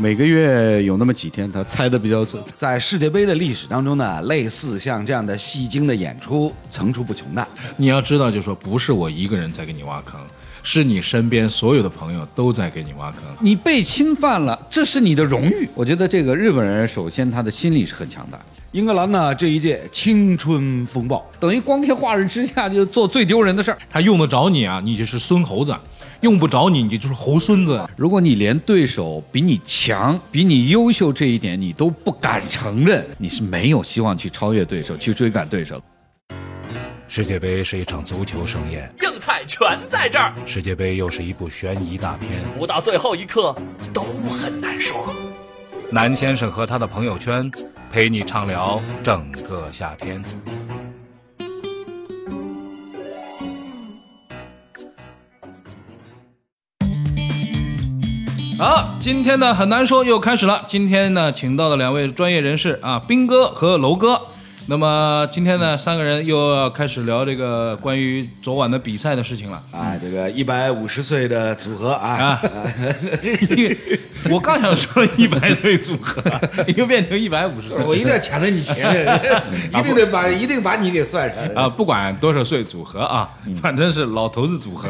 每个月有那么几天，他猜的比较准。在世界杯的历史当中呢，类似像这样的戏精的演出层出不穷的。你要知道，就是说不是我一个人在给你挖坑，是你身边所有的朋友都在给你挖坑。你被侵犯了，这是你的荣誉。我觉得这个日本人首先他的心理是很强大，英格兰呢这一届青春风暴，等于光天化日之下就做最丢人的事儿。他用得着你啊，你就是孙猴子；用不着你，你就是猴孙子。如果你连对手比你强、比你优秀这一点你都不敢承认，你是没有希望去超越对手、去追赶对手。世界杯是一场足球盛宴，硬菜全在这儿，世界杯又是一部悬疑大片。不到最后一刻都很难说。南先生和他的朋友圈，陪你畅聊整个夏天。好，今天呢很难说又开始了。今天呢，请到了两位专业人士啊，斌哥和楼哥。那么今天呢，三个人又要开始聊这个关于昨晚的比赛的事情了。啊，这个一百五十岁的组合啊，我刚想说一百岁组合， 又变成一百五十岁。我一定要抢在你前 面， 一定得把一定把你给算上。啊，不管多少岁组合啊，嗯反正是老头子组合，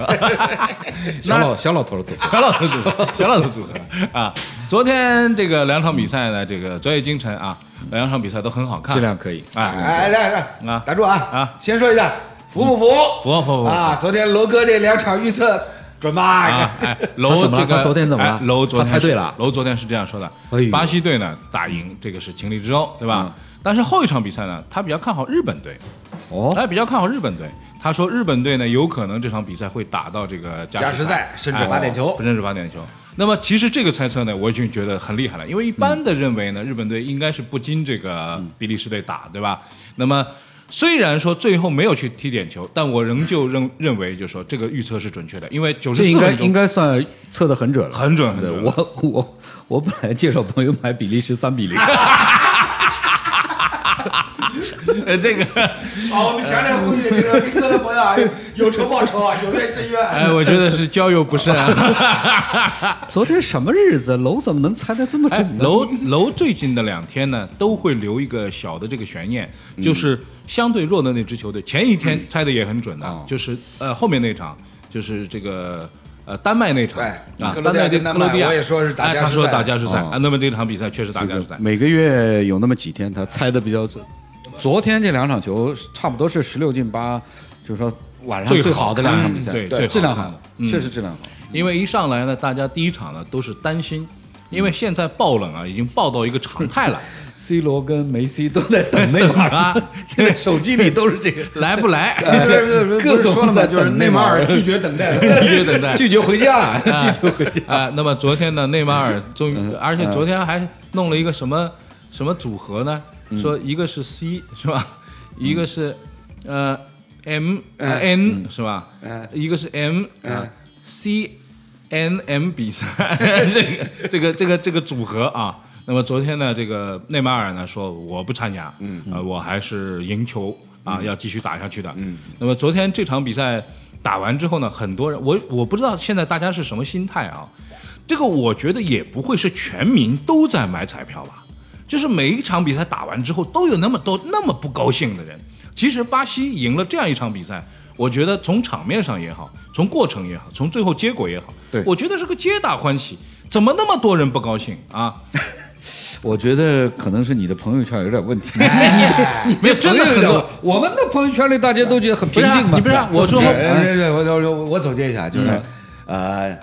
小老小老头儿组小老头组 合，小老头组合啊。昨天这个两场比赛呢，这个专业精神啊，两场比赛都很好看，质量可以。哎，哎，来来啊打住啊啊！先说一下服不服？服服服服啊！昨天楼哥这两场预测准啊吧？，哎，楼他怎么了这个他昨天怎么了哎楼昨天他猜对是了楼昨天是这样说的哎呦，嗯巴西队呢打赢，这个是情理之中，对吧？但是后一场比赛呢，他比较看好日本队，哦，哎他比较看好日本队。他说日本队呢有可能这场比赛会打到这个加时时赛甚至哎罚点球甚至罚点球。那么其实这个猜测呢，我已经觉得很厉害了，因为一般的认为呢，日本队应该是不经这个比利时队打，对吧？那么虽然说最后没有去踢点球，但我仍旧认认为，就是说这个预测是准确的，因为九十这四应该分钟应该算测得很准了，很准很对准我我我本来介绍朋友买比利时三比零，呃， 这个，好，我们强烈呼吁这 个斌哥的朋友啊，有仇报仇啊，有怨申哎，冤。我觉得是交友不慎、啊。 昨天什么日子？楼怎么能猜得 这么哎准，呢？楼楼最近的两天呢，都会留一个小的这个悬念，嗯就是相对弱的那支球队，前一天猜的也很准的，哦就是呃后面那场，就是这个。呃，丹麦那场对啊，克罗丹地亚麦对跟丹克罗麦地亚，我也说是打哎加他时说赛打加时赛哦啊，那么这场比赛确实打加时赛，嗯每个月有那么几天，他猜的比较准。昨天这两场球差不多是十六进八，就是说晚上最最好好的看两场比赛，对最好质量看好的，嗯确实质量好。因为一上来呢，大家第一场呢都是担心，嗯因为现在爆冷啊已经爆到一个常态 了， C 罗跟梅西都在等内马尔，啊，现在手机里都是这个 来 不来？哎各种说了嘛，在就是等内内马马尔尔拒绝 等待。一直等待，拒绝回家， 拒绝回家。嗯啊、那么昨天呢，内马 尔终于，而且昨天还弄了一个什么什么组合呢？嗯说一个是 C 是吧？一个是呃 M 嗯呃 N 是吧？一个是 M 啊 C N M 比赛， 这个这个这个这个组合啊。那么昨天呢，这个内马尔呢说我不参加，嗯，呃，我还是赢球啊，要继续打下去的。嗯，那么昨天这场比赛打完之后呢，很多人我我不知道现在大家是什么心态啊，这个我觉得也不会是全民都在买彩票吧。就是每一场比赛打完之后，都有那么多那么不高兴的人。其实巴西赢了这样一场比赛，我觉得从场面上也好，从过程也好，从最后结果也好，对我觉得是个皆大欢喜。怎么那么多人不高兴啊？我觉得可能是你的朋友圈有点问题。哎没有， 真的很多。，我们的朋友圈里大家都觉得很不平是啊静嘛。你不是啊哎我说对对呃对，我我我我总结一下，就是呃。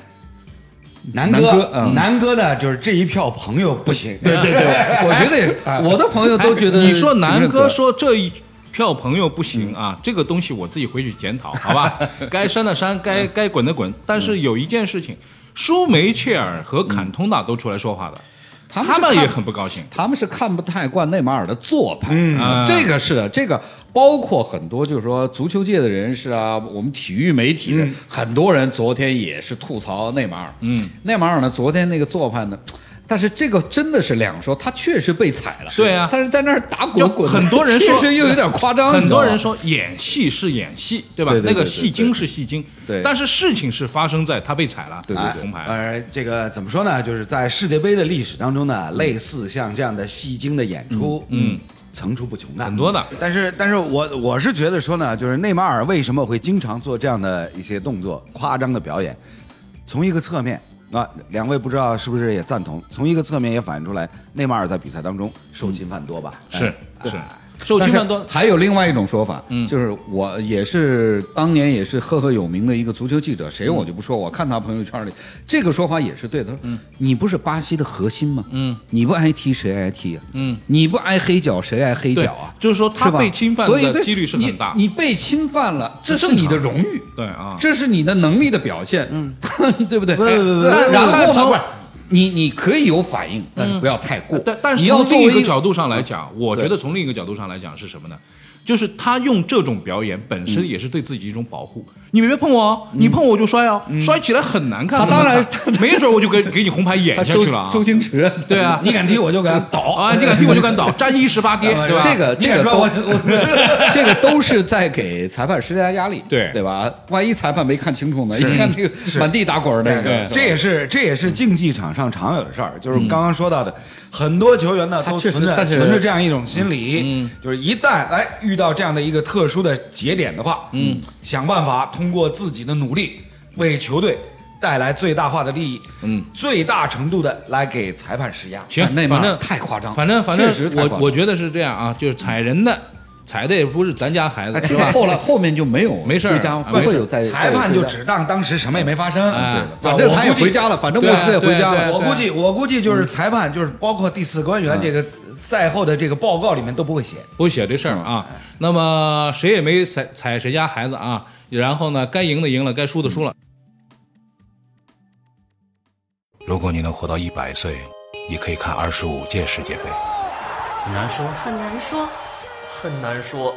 南南哥哥，嗯南哥呢，就是这一票朋友不行， 对对对，我觉得也是， 我的朋友都觉得哎哎你说南挺认哥可说这一票朋友不行啊，这个东西我自己回去检讨，好吧？ 该删的删，该嗯该滚的滚。但是有一件事情，舒梅切尔和坎通纳都出来说话的，嗯他们他是们也看很不高兴。他们是看不太惯内马尔的做派，啊这个是的，这个包括很多就是说足球界的人士啊，我们体育媒体的、很多人昨天也是吐槽内马尔，嗯，内马尔呢昨天那个做派呢。但是这个真的是两说，他确实被踩了。对啊但是在那儿打滚滚，就很多人确说实又有点夸张。很多你人知道吗，说演戏是演戏，对吧？对对对那个对戏精是戏精，对但是事情是发生在他被踩了，对对哎对红牌。呃，这个怎么说呢？就是在世界杯的历史当中呢，类似像这样的戏精的演出，嗯，层出不穷的，很多的但是，但是我我是觉得说呢，就是内马尔为什么会经常做这样的一些动作、夸张的表演？从一个侧面，啊，两位不知道是不是也赞同？从一个侧面也反映出来，内马尔在比赛当中受侵犯多吧？是哎是，受侵犯多嗯但是还有另外一种说法，就是我也是当年也是赫赫有名的一个足球记者，谁我就不说，我看他朋友圈里这个说法也是对的。他嗯说：“你不是巴西的核心吗？嗯，你不挨踢谁挨踢啊？嗯，你不挨黑脚谁挨黑对脚啊？”就是说他是吧被侵犯所以的对几率是很大你。。你被侵犯了，这是你的荣誉，对啊，这是你的能力的表现，嗯， 对不对？不不不不但然不但后呢从不是？你你可以有反应，但是不要太过。嗯但但是你要从作另一为个角度上来讲，我觉得从另一个角度上来讲是什么呢？就是他用这种表演本身也是对自己一种保护，嗯你别碰我哦，你碰我就摔哦，摔起来很难看。他当然很难看没准我就给给你红牌演啊下周去了啊。周星驰，对 啊，你敢踢我就敢倒啊，你敢踢我就 敢倒，沾一十八跌， 对吧？啊这个你这敢个说都我 这个都是在给裁判施加压力，对对吧？万一裁判没看清楚呢？你看那个满地打滚儿那个，这也是这也是竞技场上常有的事儿，就是刚刚说到的，很多球员呢嗯他都确存实嗯着但是存着这样一种心理，就是一旦哎遇到这样的一个特殊的节点的话，嗯，想办法通过自己的努力为球队带来最大化的利益，嗯，最大程度的来给裁判施压。啊行，内马尔反正太夸张了反正反正确实太夸我张我觉得是这样啊，就是踩人的，踩的也不是咱家孩哎子，这是个吧？后来后面就没有没事儿追加，啊不会有再裁判就。再有追只当当时什么也没发生，哎对加反正他也我估计回家了，反正对莫啊斯科也回家对啊对了啊。我估计，我估计就是嗯裁判，就是包括第四官员这个赛后的这个报告里面都不会写。不写这事儿啊。嗯那么谁也没踩踩谁家孩子啊。然后呢，该赢的赢了，该输的输了。如果你能活到一百岁，你可以看二十五届世界杯。很难说，很难说。很难说，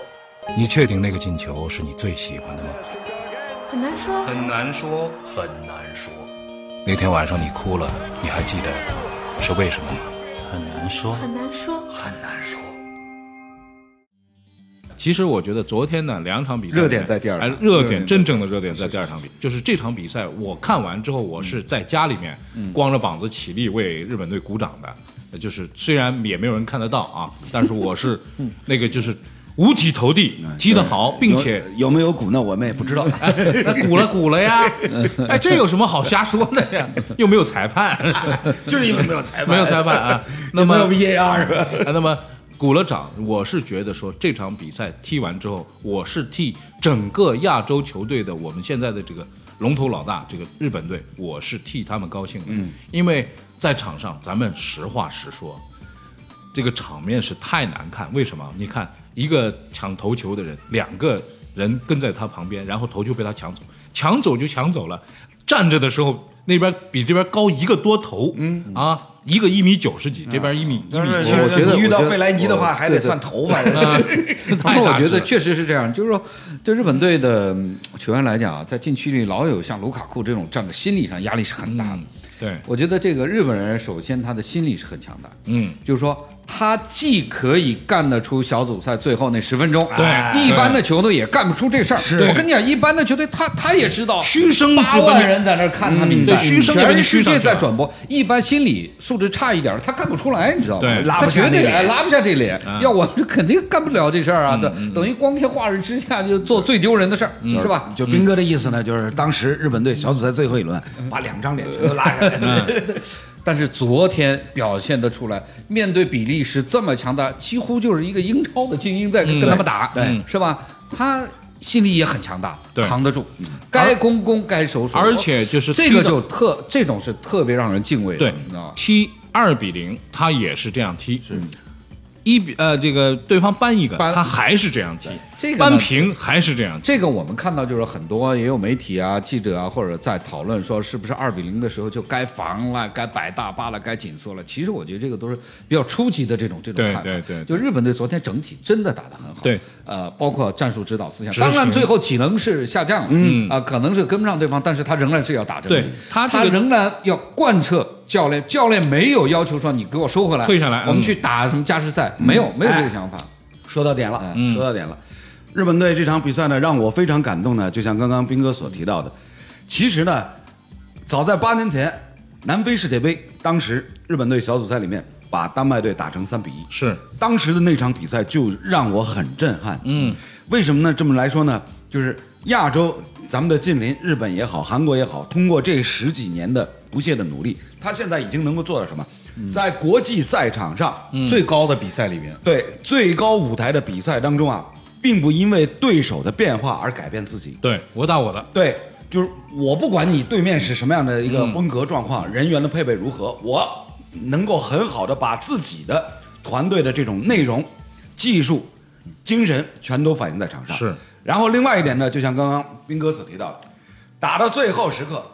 你确定那个进球是你最喜欢的吗？很难说，很难说，很难说，那天晚上你哭了，你还记得是为什么吗？很难说，很难说，很难说。其实我觉得昨天呢，两场比赛热点在第二哎，热点真正的热点在第二场比赛，就是这场比赛我看完之后，我是在家里面光着膀子起立为日本队鼓掌的，呃就是虽然也没有人看得到啊，但是我是那个就是五体投地，踢得好，并且。有有没有鼓呢？我们也不知道。哎，那 鼓了鼓了呀！哎，这有什么好瞎说的呀？又没有裁判，就是因为 没有裁判，没有裁判啊。那么没有 VAR 是吧？ 啊，那么鼓了掌，我是觉得说这场比赛踢完之后，我是替整个亚洲球队的我们现在的这个龙头老大这个日本队，我是替他们高兴的，嗯，因为在场上咱们实话实说，这个场面是太难看。为什么？你看一个抢头球的人，两个人跟在他旁边，然后头球被他抢走，抢走就抢走了。站着的时候，那边比这边高一个多头，嗯啊，一个一米九十几，这边一米一米是多。我觉得你遇到我觉得费莱尼的话，还得算头发。嗯然 太后我大觉只得了确实是这样，就是说，对日本队的嗯球员来讲啊，在禁区里老有像卢卡库这种站着，心理上压力是很大的。嗯对，我觉得这个日本人首先他的心理是很强大，嗯，就是说他既可以干得出小组赛最后那十分钟，哎对一般的球队也干不出这事儿。我跟你讲，一般的球队他他也知道，嘘声八只闻万人在那儿看他比赛，嗯对嘘声也被全你世嘘上界去在了转播，一般心理素质差一点儿，他看不出来，你知道吗？对他拉不下绝对那脸哎拉不下这脸，要我们肯定干不了这事儿啊，对，等于光天化日之下就做最丢人的事儿，是吧？就斌哥的意思呢，就是当时日本队小组赛最后一轮把两张脸全都拉下来，嗯但是昨天表现得出来，面对比利时这么强大，几乎就是一个英超的精英在跟他们打，嗯哎对对是吧？他心里也很强大，对扛得住，嗯该攻攻，该守守，而且就是这个踢到就特这种是特别让人敬畏的，对你知道吗？踢二比零，他也是这样踢，是一比呃这个对方扳一个，扳他还是这样踢，这个呢扳平还是这样踢，这个我们看到，就是很多也有媒体啊、记者啊，或者在讨论说，是不是二比零的时候就该防了、该摆大巴了、该紧缩了？其实我觉得这个都是比较初级的这种这种对看法。对对对就日本队昨天整体真的打得很好。对，呃，包括战术指导思想，执行当然最后体能是下降了，嗯啊、可能是跟不上对方，但是他仍然是要打整体对，他这他个仍然要贯彻教练，教练没有要求说你给我收回来，退下来我们嗯哎去打什么加时赛，没有，没有这个想法。说到点了，说到点了。日本队这场比赛呢，让我非常感动呢，就像刚刚斌哥所提到的，其实呢，早在八年前，南非世界杯，当时日本队小组赛里面把丹麦队打成三比一，是当时的那场比赛就让我很震撼。嗯，为什么呢？这么来说呢，就是亚洲咱们的近邻日本也好，韩国也好，通过这十几年的不懈的努力，他现在已经能够做到什么？在国际赛场上，最高的比赛里面，对最高舞台的比赛当中啊，并不因为对手的变化而改变自己。对我打我的，对，就是我不管你对面是什么样的一个风格状况，人员的配备如何，我能够很好的把自己的团队的这种内容、技术、精神全都反映在场上。是。然后另外一点呢，就像刚刚斌哥所提到的，打到最后时刻，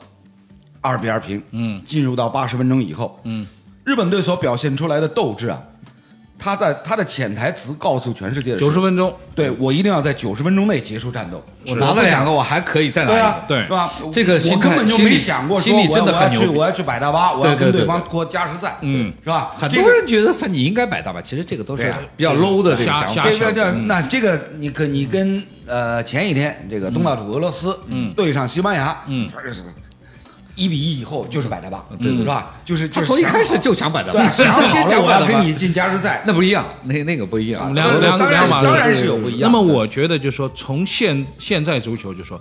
二比二平。嗯。进入到八十分钟以后，嗯，日本队所表现出来的斗志啊，他在他的潜台词告诉全世界的是九十，分钟，对我一定要在九十分钟内结束战斗。我拿了两个，我还可以再拿一对个。啊，对是吧？这个我心态根本就心没理想过说心理我真的我很要牛去逼我要去百大巴，我要对对跟对对对方过加时赛，嗯，是吧？很这多个人觉得说你应该摆大巴，其实这个都对是啊比较 low 的这个瞎想瞎法。这个想这嗯那这个你可你跟呃前几天这个东道主俄罗斯嗯对上西班牙嗯，一比一以后就是百大巴，对是吧？就是嗯他就是从一想开始就想摆大对啊 巴，想好先了讲我摆要大跟巴，你进加时赛，那不一样，那那个不一样。两对两当然两是码事，当然是有嗯不一样的那么我觉得就说从现现在足球就说。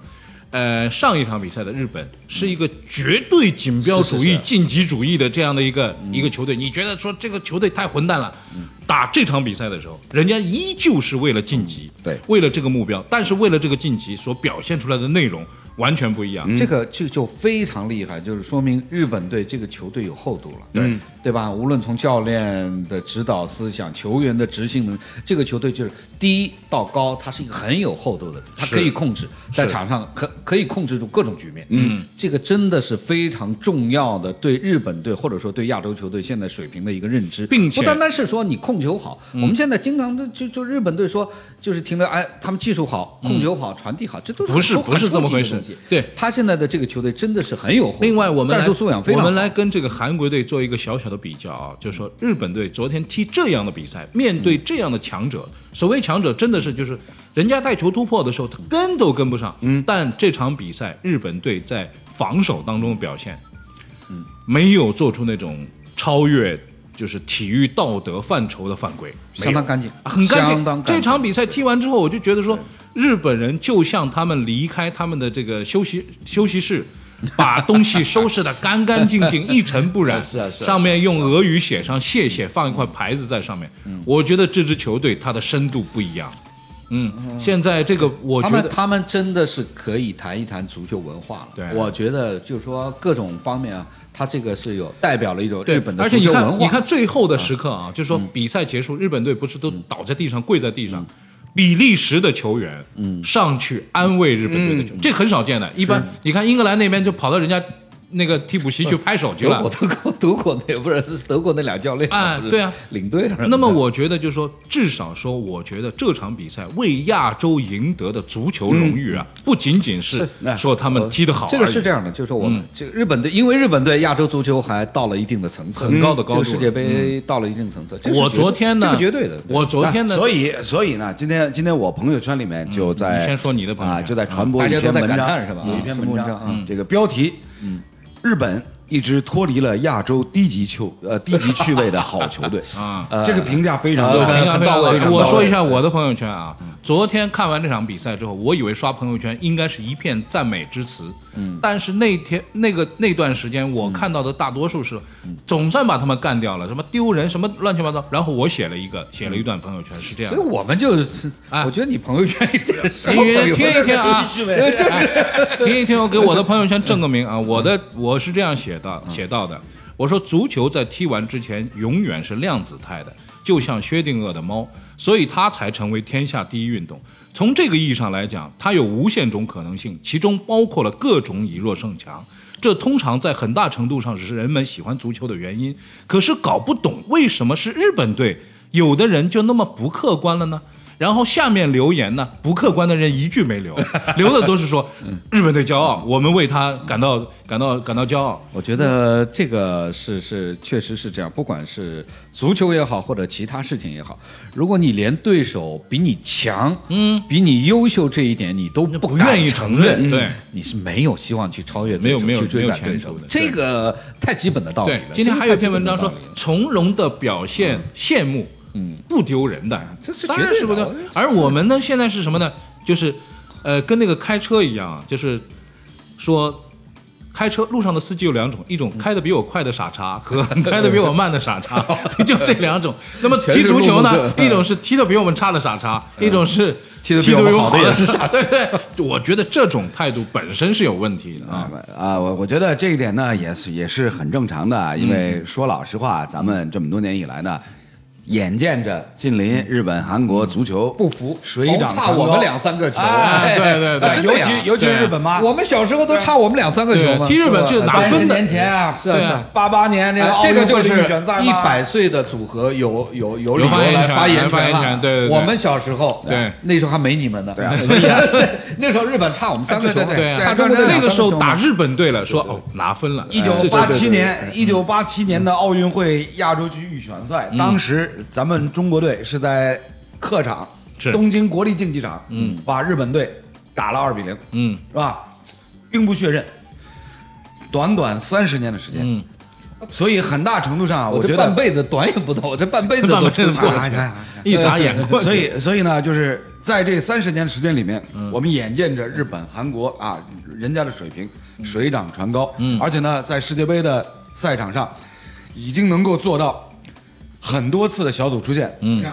呃，上一场比赛的日本是一个绝对锦标主义、晋级主义的这样的一个、一个球队，你觉得说这个球队太混蛋了？嗯打这场比赛的时候，人家依旧是为了晋级，嗯对为了这个目标，但是为了这个晋级所表现出来的内容完全不一嗯样。这个就就非常厉害，就是说明日本队这个球队有厚度了，嗯对对吧？无论从教练的指导思想、球员的执行能力，这个球队就是低到高，它是一个很有厚度的，它可以控制在场上可可以控制住各种局面。嗯，这个真的是非常重要的，对日本队或者说对亚洲球队现在水平的一个认知，并且嗯不单单是说你控球好，我们现在经常都就就日本队说就是停留哎，他们技术好，控球好，传递好，这都嗯不是很不是这么回事很初级的东西对他现在的这个球队真的是很有后。另外，我们来战术素养非常我好们来跟这个韩国队做一个小小的比较啊，就是说日本队昨天踢这样的比赛，面对这样的强者，所谓强者真的是就是人家带球突破的时候，他跟都跟不上。嗯，但这场比赛日本队在防守当中的表现，嗯，没有做出那种超越就是体育道德范畴的犯规，相当干净，啊很干相当干净。净这场比赛踢完之后，我就觉得说，日本人就像他们离开他们的这个休息休息室，把东西收拾的干干净 净，一尘不染。是啊是啊上面用俄语写上“谢谢”，放一块牌子在上面。我觉得这支球队它的深度不一样。嗯，现在这个我他觉们得他们真的是可以谈一谈足球文化了。对我觉得就是说各种方面啊，他这个是有代表了一种对日本的而足且你球文看，化。你看最后的时刻啊，就是说比赛结束，日本队不是都倒在地上、跪在地上，比利时的球员上去安慰日本队的球员，这很少见的。一般你看英格兰那边就跑到人家那个替补席去拍手去德国了。德国德国那不是是德国那俩教练哎不是对啊领队什的。那么我觉得，就是说，至少说，我觉得这场比赛为亚洲赢得的足球荣誉啊，不仅仅是说他们踢得好而已，呃嗯这个是这样的，就是我们这个日本队，因为日本队亚洲足球还到了一定的层次，嗯很高的高度嗯这个世界杯到了一定层次。这是我绝对昨天呢，这个绝对的，对我昨天呢，所以所以呢，今天今天我朋友圈里面就嗯在、你先说你的朋友圈啊，就在传播大一家篇都在文感章，叹是吧？有啊一篇什么文文章，嗯章嗯啊，这个标题，日本一支脱离了亚洲低级球呃低级趣味的好 球队啊呃这个评价非常呃高很很到位非很常到位我说一下我的朋友圈啊，昨天看完这场比赛之后，我以为刷朋友圈应该是一片赞美之词，嗯，但是那天那个那段时间我看到的大多数是，嗯总算把他们干掉了，什么丢人，什么乱七八糟。然后我写了一个写了一段朋友圈是这样所以的，我们就是，啊我觉得你朋友圈一点 少因为听一有听啊，哎听一听，我给我的朋友圈证个名 啊，我的我是这样写的写到的，我说足球在踢完之前永远是量子态的，就像薛定谔的猫，所以它才成为天下第一运动。从这个意义上来讲，它有无限种可能性，其中包括了各种以弱胜强。这通常在很大程度上是人们喜欢足球的原因。可是搞不懂为什么是日本队，有的人就那么不客观了呢？然后下面留言呢，不客观的人一句没留，留的都是说日本队骄傲，我们为他感到感到感到骄傲。我觉得这个是是确实是这样，不管是足球也好，或者其他事情也好，如果你连对手比你强，嗯，比你优秀这一点你都不不敢愿意承嗯认对你是没有希望去超越对手，没有没有去追赶对没手有前途的这个太基本的道理了对。，今天还有一篇文章这说个太基本的道理了从容的表现羡慕，嗯，不丢人的，啊这是当然绝是对不的我丢觉得。而我们呢，现在是什么呢？就是，呃，跟那个开车一样啊，就是说。开车路上的司机有两种，一种嗯开的比我快的傻叉和 开的比我慢的傻 叉，就这两种。那么踢全是足球路 呢，怒一种是踢的比我们差的傻叉，一种是 踢得比踢得我们比我好好的也是 傻。对对，我觉得这种态度本身是有问题的啊。呃啊，我我觉得这一点呢，也是也是很正常的，啊因为嗯说老实话，咱们这么多年以来呢，眼见着近邻日本、韩国足球嗯不服，水头涨差船我们高两三个球，哎对 对对啊真的尤呀其尤其是对日本妈，我们小时候都差我们两三个球对，嘛。踢日本是吧就拿三十分的年前啊，是啊是啊八八年这个哎奥这运个就会的是预选赛一嘛百岁的组合有有有理由有发言来权发言有发言了权对对对我们小时候对那时候还没你们 呢，对啊那时候日本差我们三个球嘛，对对啊，差他中国队那两个时候三球打嘛日本队了，说哦拿分了，一九八七年，一嗯九八七年的奥运会亚洲区预选赛，当时咱们中国队是在客场是东京国立竞技场，嗯，把日本队打了二比零，嗯是吧？兵不血刃，短短三十年的时间，嗯，所以很大程度上啊，我觉这得半辈子哎短也不到，我这半辈子半都辈出子啊去了过。去哎哎哎一眨眼过去，所以，所以呢，就是在这三十年的时间里面，嗯我们眼见着日本、韩国啊，人家的水平水涨船高，嗯，而且呢，在世界杯的赛场上，已经能够做到很多次的小组出线， 嗯，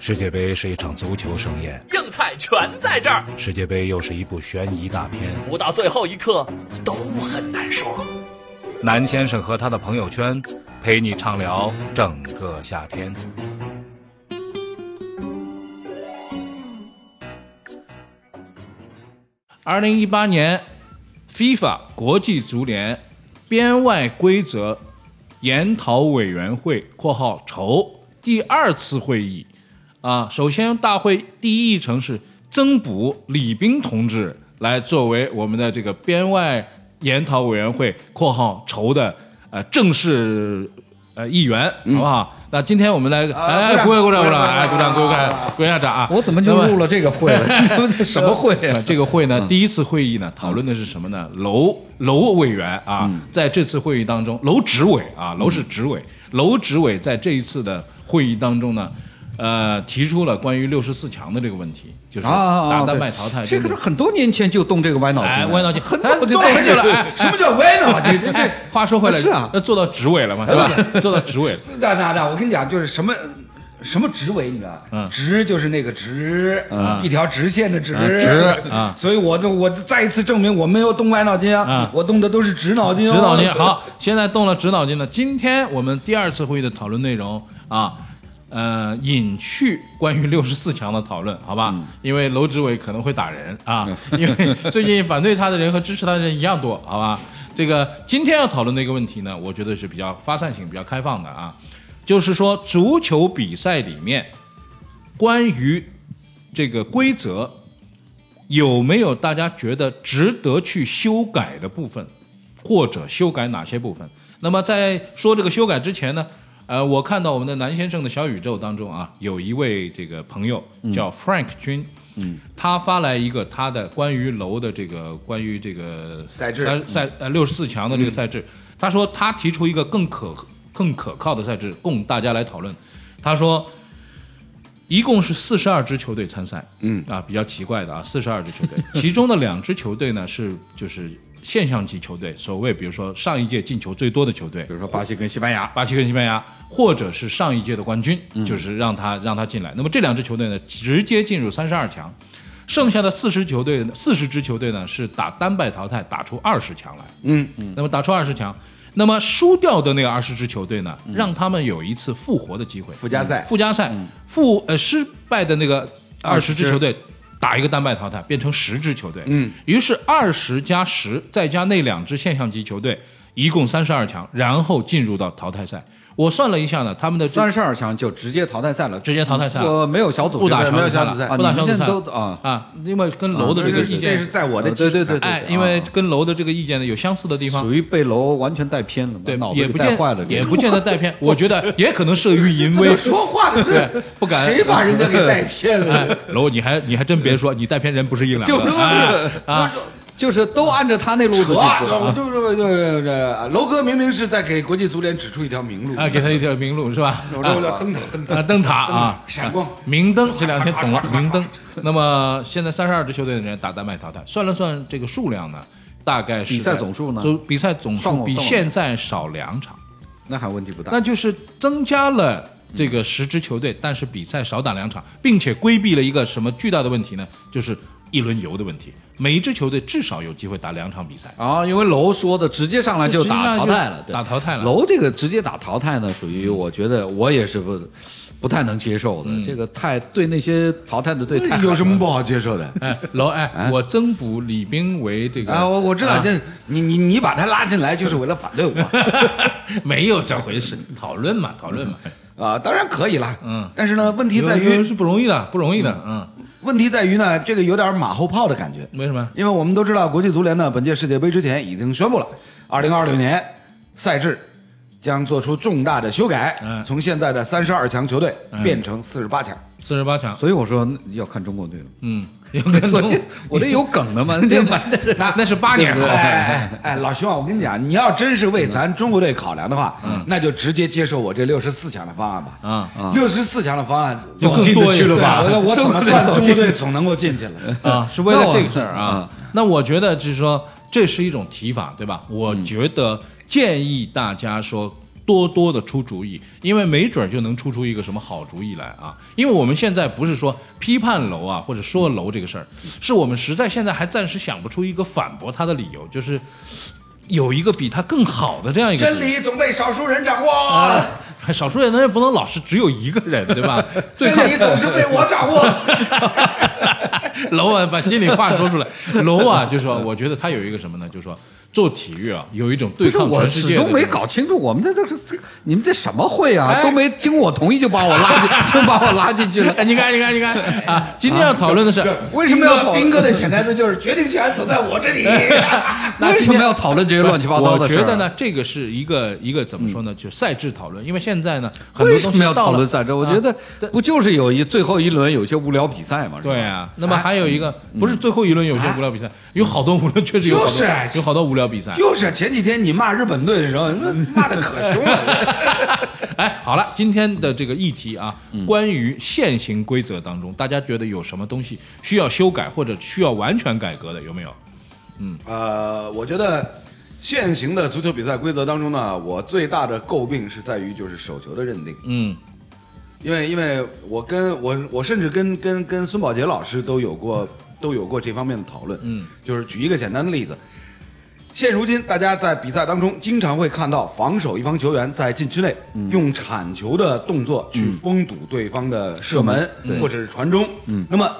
世界杯是一场足球盛宴，硬菜全在这儿，世界杯又是一部悬疑大片。不到最后一刻都很难说。南先生和他的朋友圈，陪你畅聊整个夏天。二零一八年 FIFA 国际足联编外规则研讨委员会（括号筹）第二次会议啊，首先大会第一议程是增补李斌同志来作为我们的这个编外研讨委员会（括号筹）的呃正式呃议员，好不好？那今天我们来，哎，鼓掌鼓掌鼓掌，哎，鼓掌鼓掌鼓掌掌啊！我怎么就那入了这个会了？你们这什么会呃啊？这个会呢，第一次会议呢，讨论的是什么呢？楼楼委员啊，嗯在这次会议当中，楼执委啊，楼是执委，楼执委在这一次的会议当中呢，呃，提出了关于六十四强的这个问题，就是啊啊打啊！丹对麦淘汰这真个的是。很多年前就动这个歪脑筋了，哎，歪脑筋，很哎早就做了 很久了。哎，什么叫歪啊脑筋？这哎，话说回来，是啊要做到执委了 嘛，对吧？做到执委了，那那那，我跟你讲，就是什么什么直为，你知道吧？直就是那个直，一条直线的直。直啊所以我就我再一次证明我没有动歪脑筋啊啊，我动的都是直脑筋。指导哦筋。，好，现在动了指导筋呢。今天我们第二次会议的讨论内容啊，呃，隐去关于六十四强的讨论，好吧？因为楼指委可能会打人啊， 因为最近反对他的人和支持他的人一样多，好吧？这个今天要讨论的一个问题呢，我觉得是比较发散性、比较开放的啊，就是说足球比赛里面关于这个规则。有没有大家觉得值得去修改的部分？或者修改哪些部分。那么在说这个修改之前呢，呃，我看到我们的南先生的小宇宙当中啊，有一位这个朋友叫 Frank 君，嗯，他发来一个他的关于楼的这个关于这个赛制嗯赛赛呃六十四强的这个赛制，他说他提出一个更可更可靠的赛制供大家来讨论。他说，一共是四十二支球队参赛，嗯啊，比较奇怪的啊，四十二支球 队，其中的两支球队呢是就是现象级球队，所谓比如说上一届进球最多的球队比，如说巴西跟西班牙，巴西跟西班牙，或者是上一届的冠军，嗯就是让他让他进来。那么这两支球队呢，直接进入三十二强，剩下的四十球队四十支球队呢是打单败淘汰，打出二十强来。嗯嗯。那么打出二十强，那么输掉的那个二十支球队呢，让他们有一次复活的机会。嗯附加赛附加赛复呃失败的那个二十支球队打一个单败淘汰，变成十支球队。嗯，于是二十加十再加那两支现象级球队，一共三十二强，然后进入到淘汰赛。我算了一下呢，他们的三十二强就直接淘汰赛了，直接淘汰赛了我没有小组不打这个小组没有小组赛赛啊了，不打你们小组现赛在都了啊啊，因为跟楼的这个这意这见是在我的呃对对对对，哎，对因为啊跟楼的这个意见有相似的地方属。于被楼完全带偏了，啊对把，脑子也给不带见坏了，也这个 不见得带偏，我觉得也可能慑于淫威。说话的对，哎不敢。谁把人家给带偏了？哎，楼，你还你还真别说，你带偏人不是硬来的，就是哎啊，就是都按照他那路子去扯！做我啊。就就就就楼哥明明是在给国际足联指出一条明路啊，给他一条明路是吧？我啊这叫灯塔灯塔啊，灯塔啊，闪光明灯，这两天懂了，明灯。那么现在三十二支球队的人打丹麦淘汰，算了算这个数量呢，大概是比赛在总数呢就比赛总算数我比算我现在少两场，那还问题不大那。就是增加了这个十支球队，但是比赛少打两场，并且规避了一个什么巨大的问题呢？就是一轮游的问题，每一支球队至少有机会打两场比赛。啊，因为楼说的直接上来直接上打来淘就汰了，对打淘汰了楼这个直接打淘汰呢，属于我觉得我也是不不太能接受的，嗯这个太对那些淘汰的队太有什么不好接受的？哎，楼哎，我增补李冰为这个啊，我我知道，这你你你把他拉进来就是为了反对我 没有这回事，讨论嘛，讨论嘛。啊，当然可以了，嗯但是呢，问题有在有于是不容易的，不容易的，嗯，问题在于呢，这个有点马后炮的感觉，为什么？因为我们都知道，国际足联呢，本届世界杯之前已经宣布了，二零二六年赛制将做出重大的修改，嗯从现在的三十二强球队变成四十八强。四十八强，所以我说要看中国队了。嗯，有可所能以，我这有梗 的吗？ 那那是八年后嗯哎，哎哎哎，老兄啊，我跟你讲，你要真是为咱中国队考量的话，那就直接接受我这六十四强的方案吧。啊，六十四强的方案就更多一对个吧我 我怎么算中国队总能够进去了？ 啊，是为了这个事儿啊。那我觉得就是说，这是一种提法，对吧？嗯我觉得建议大家说。多多的出主意，因为没准儿就能出出一个什么好主意来啊！因为我们现在不是说批判楼啊，或者说楼这个事儿，是我们实在现在还暂时想不出一个反驳他的理由，就是有一个比他更好的这样一个主意真理总被少数人掌握，啊少数人呢也不能老是只有一个人，对 吧？对真理总是被我掌握。 楼啊，把心里话说出来。楼啊，就说我觉得他有一个什么呢？就说做体育啊，有一种对不是抗我全世始界的这种。终没搞清楚，我们这这是这你们这什么会啊？哎都没经我同意就把我拉进，就把我拉进去了 哎，。你看，你看，你看啊！今天要讨论的是，为什么 要讨斌哥的潜台词就是决定权总在我这里。那为今什天么要讨论这些乱七八糟我的事？啊嗯觉得，呢，这个是一个一个怎么说呢？就赛制讨论，因为现在呢，很多为东什西么要到讨了啊论赛制？我觉得不就是有一最后一轮有些无聊比赛嘛？是吧对，啊，那么还有一个嗯不是最后一轮有些啊无聊比赛，有好多无聊，确实有好就是多啊有好多无聊比赛。 就是前几天你骂日本队的时候，骂的可凶 了。哎，好了，今天的这个议题啊，关于现行规则当中，大家觉得有什么东西需要修改或者需要完全改革的，有没有？呃，我觉得现行的足球比赛规则当中呢，我最大的诟病是在于就是手球的认定，嗯因为因为我跟我我甚至跟跟跟孙宝杰老师都有过都有过这方面的讨论。嗯，就是举一个简单的例子。现如今，大家在比赛当中经常会看到防守一方球员在禁区内用铲球的动作去封堵对方的射门或者是传中。嗯，那么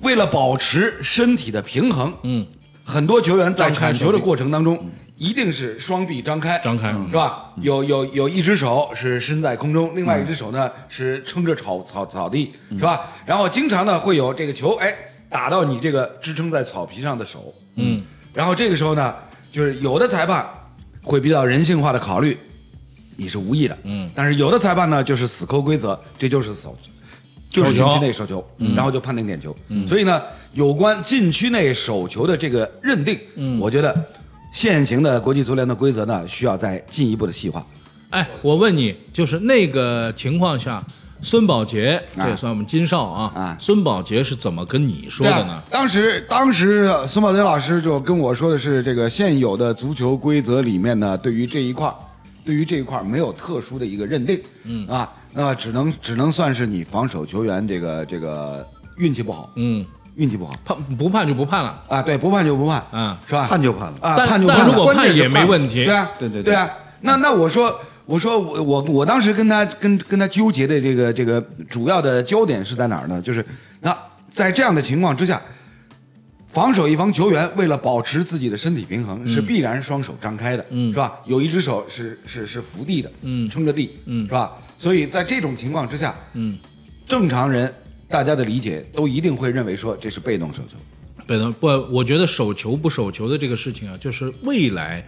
为了保持身体的平衡，嗯，很多球员在张开铲手球的臂过程当中一定是双臂张开，张开嗯是吧？有有有一只手是伸在空中，另嗯外一只手呢是撑着草草草地，是吧？然后经常呢会有这个球哎打到你这个支撑在草皮上的手，嗯，然后这个时候呢，就是有的裁判会比较人性化的考虑，你是无意的，嗯，但是有的裁判呢就是死抠规则，这就是手。就是禁手球嗯区内手球，然后就判定点球。所以呢，有关禁区内手球的这个认定，嗯我觉得现行的国际足联的规则呢，需要再进一步的细化。哎，我问你，就是那个情况下，孙宝杰，这也算我们金少啊，啊孙宝杰是怎么跟你说的对呢啊？当时当时呃孙宝杰老师就跟我说的是，这个现有的足球规则里面呢，对于这一块儿，对于这一块儿没有特殊的一个认定，嗯啊，那只能只能算是你防守球员这个这个运气不好，嗯，运气不好判不判就不判了，啊，对，不判就不判，嗯是吧？判就判了。啊，但判就但判了如果关键判是也没判问题对啊，对对对对啊。那那我说，我说我我我当时跟他跟跟他纠结的这个这个主要的焦点是在哪儿呢？就是那在这样的情况之下，防守一方球员为了保持自己的身体平衡，是必然双手张开的，嗯是吧？有一只手是是是扶地的，嗯撑着地，嗯是吧？所以在这种情况之下，嗯，正常人大家的理解都一定会认为说这是被动手球，对的，不，我觉得手球不手球的这个事情啊，就是未来，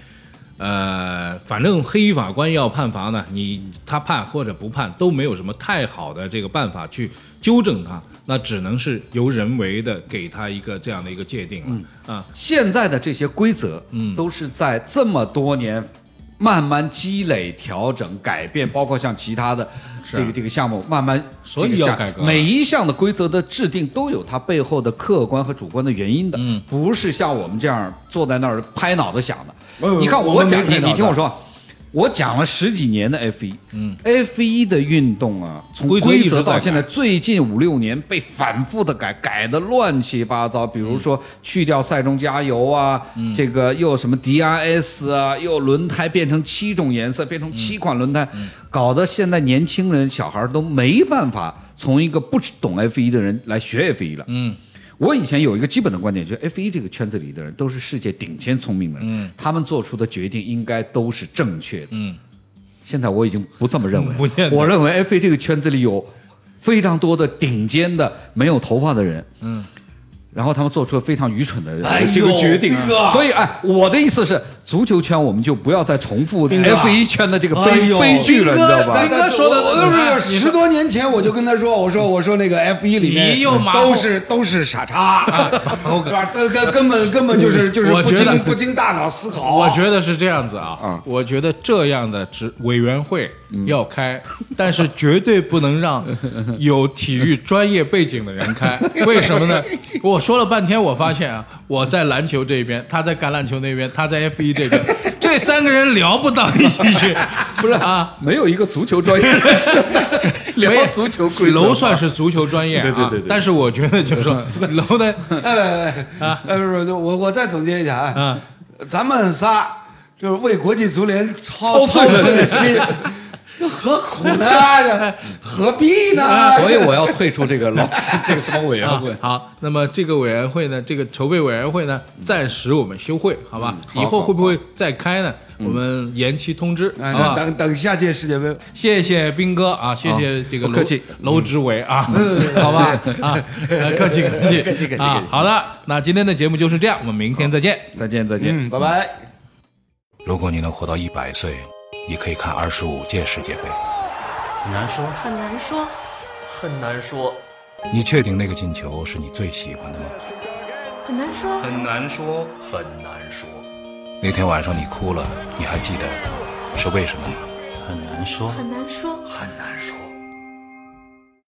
呃，反正黑法官要判罚呢，你他判或者不判都没有什么太好的这个办法去纠正他，那只能是由人为的给他一个这样的一个界定了、啊。现在的这些规则，嗯，都是在这么多年慢慢积累、调整、改变，包括像其他的这个这个项目慢慢所以这个项要改革每一项的规则的制定都有它背后的客观和主观的原因的，嗯不是像我们这样坐在那儿拍脑子想的。呃你看我我们讲没你，拍脑你听子我说。我讲了十几年的 F 一，嗯，F 一的运动啊，从规则一规直则在到改现在最近五六年被反复的改，改的乱七八糟。比如嗯说去掉赛中加油啊，这个又什么 DRS 啊，又轮胎变成七种颜色，变嗯成七款轮胎，搞得现在年轻人小孩儿都没办法从一个不懂 F 一的人来学 F 一了。嗯我以前有一个基本的观点，就是 F 1这个圈子里的人都是世界顶尖聪明的人，嗯他们做出的决定应该都是正确的。嗯，现在我已经不这么认为了，不见得我认为 F 1这个圈子里有非常多的顶尖的没有头发的人，嗯，然后他们做出了非常愚蠢的哎呦这个决定斌哥，所以哎，我的意思是，足球圈我们就不要再重复斌哥 F 1圈的这个哎悲呦悲剧了，你知道吧？大应该说的我我就是十多年前我就跟他说，我说我说那个 F 一里面你又马后都是都是傻叉，啊后是吧？这根根本根本就是就是我不觉得经不经大脑思考。我觉得是这样子啊，我觉得这样的职委员会要开， 但是绝对不能 让有体育专业背景的人 开。为什么呢？我说了半天，我发现啊，我在篮球这边，他在橄榄球那边，他在 F 一这 边，这三个人聊不到一起去， 不是啊？没有一个足球专业人士在没有聊足球规则吧，楼算是足球专业啊，对对对但是我觉得就是 说楼的哎哎哎啊哎，哎不是不是我我再总结一下啊，嗯啊，咱们仨就是为国际足联操操碎了碎了心，这何苦 呢？何必呢？所以我要退出这个老师这个什么委员会啊。。好，那么这个委员会呢，这个筹备委员会呢，暂时我们休会，嗯好吧？以后会不会再开呢？我们延期通知，哎好啊吧？等等下届世界杯，谢谢斌哥啊，谢谢这个不楼客气楼执委啊， 好吧？啊，呃客气客气 客气客气啊！好了，那今天的节目就是这样，我们明天再见。再见，再见。拜拜。如果你能活到一百岁，你可以看二十五届世界杯。很难说，很难说，很难说，你确定那个进球是你最喜欢的吗？很难说，很难说，很难说，那天晚上你哭了，你还记得是为什么吗？很难说，很难说，很难说。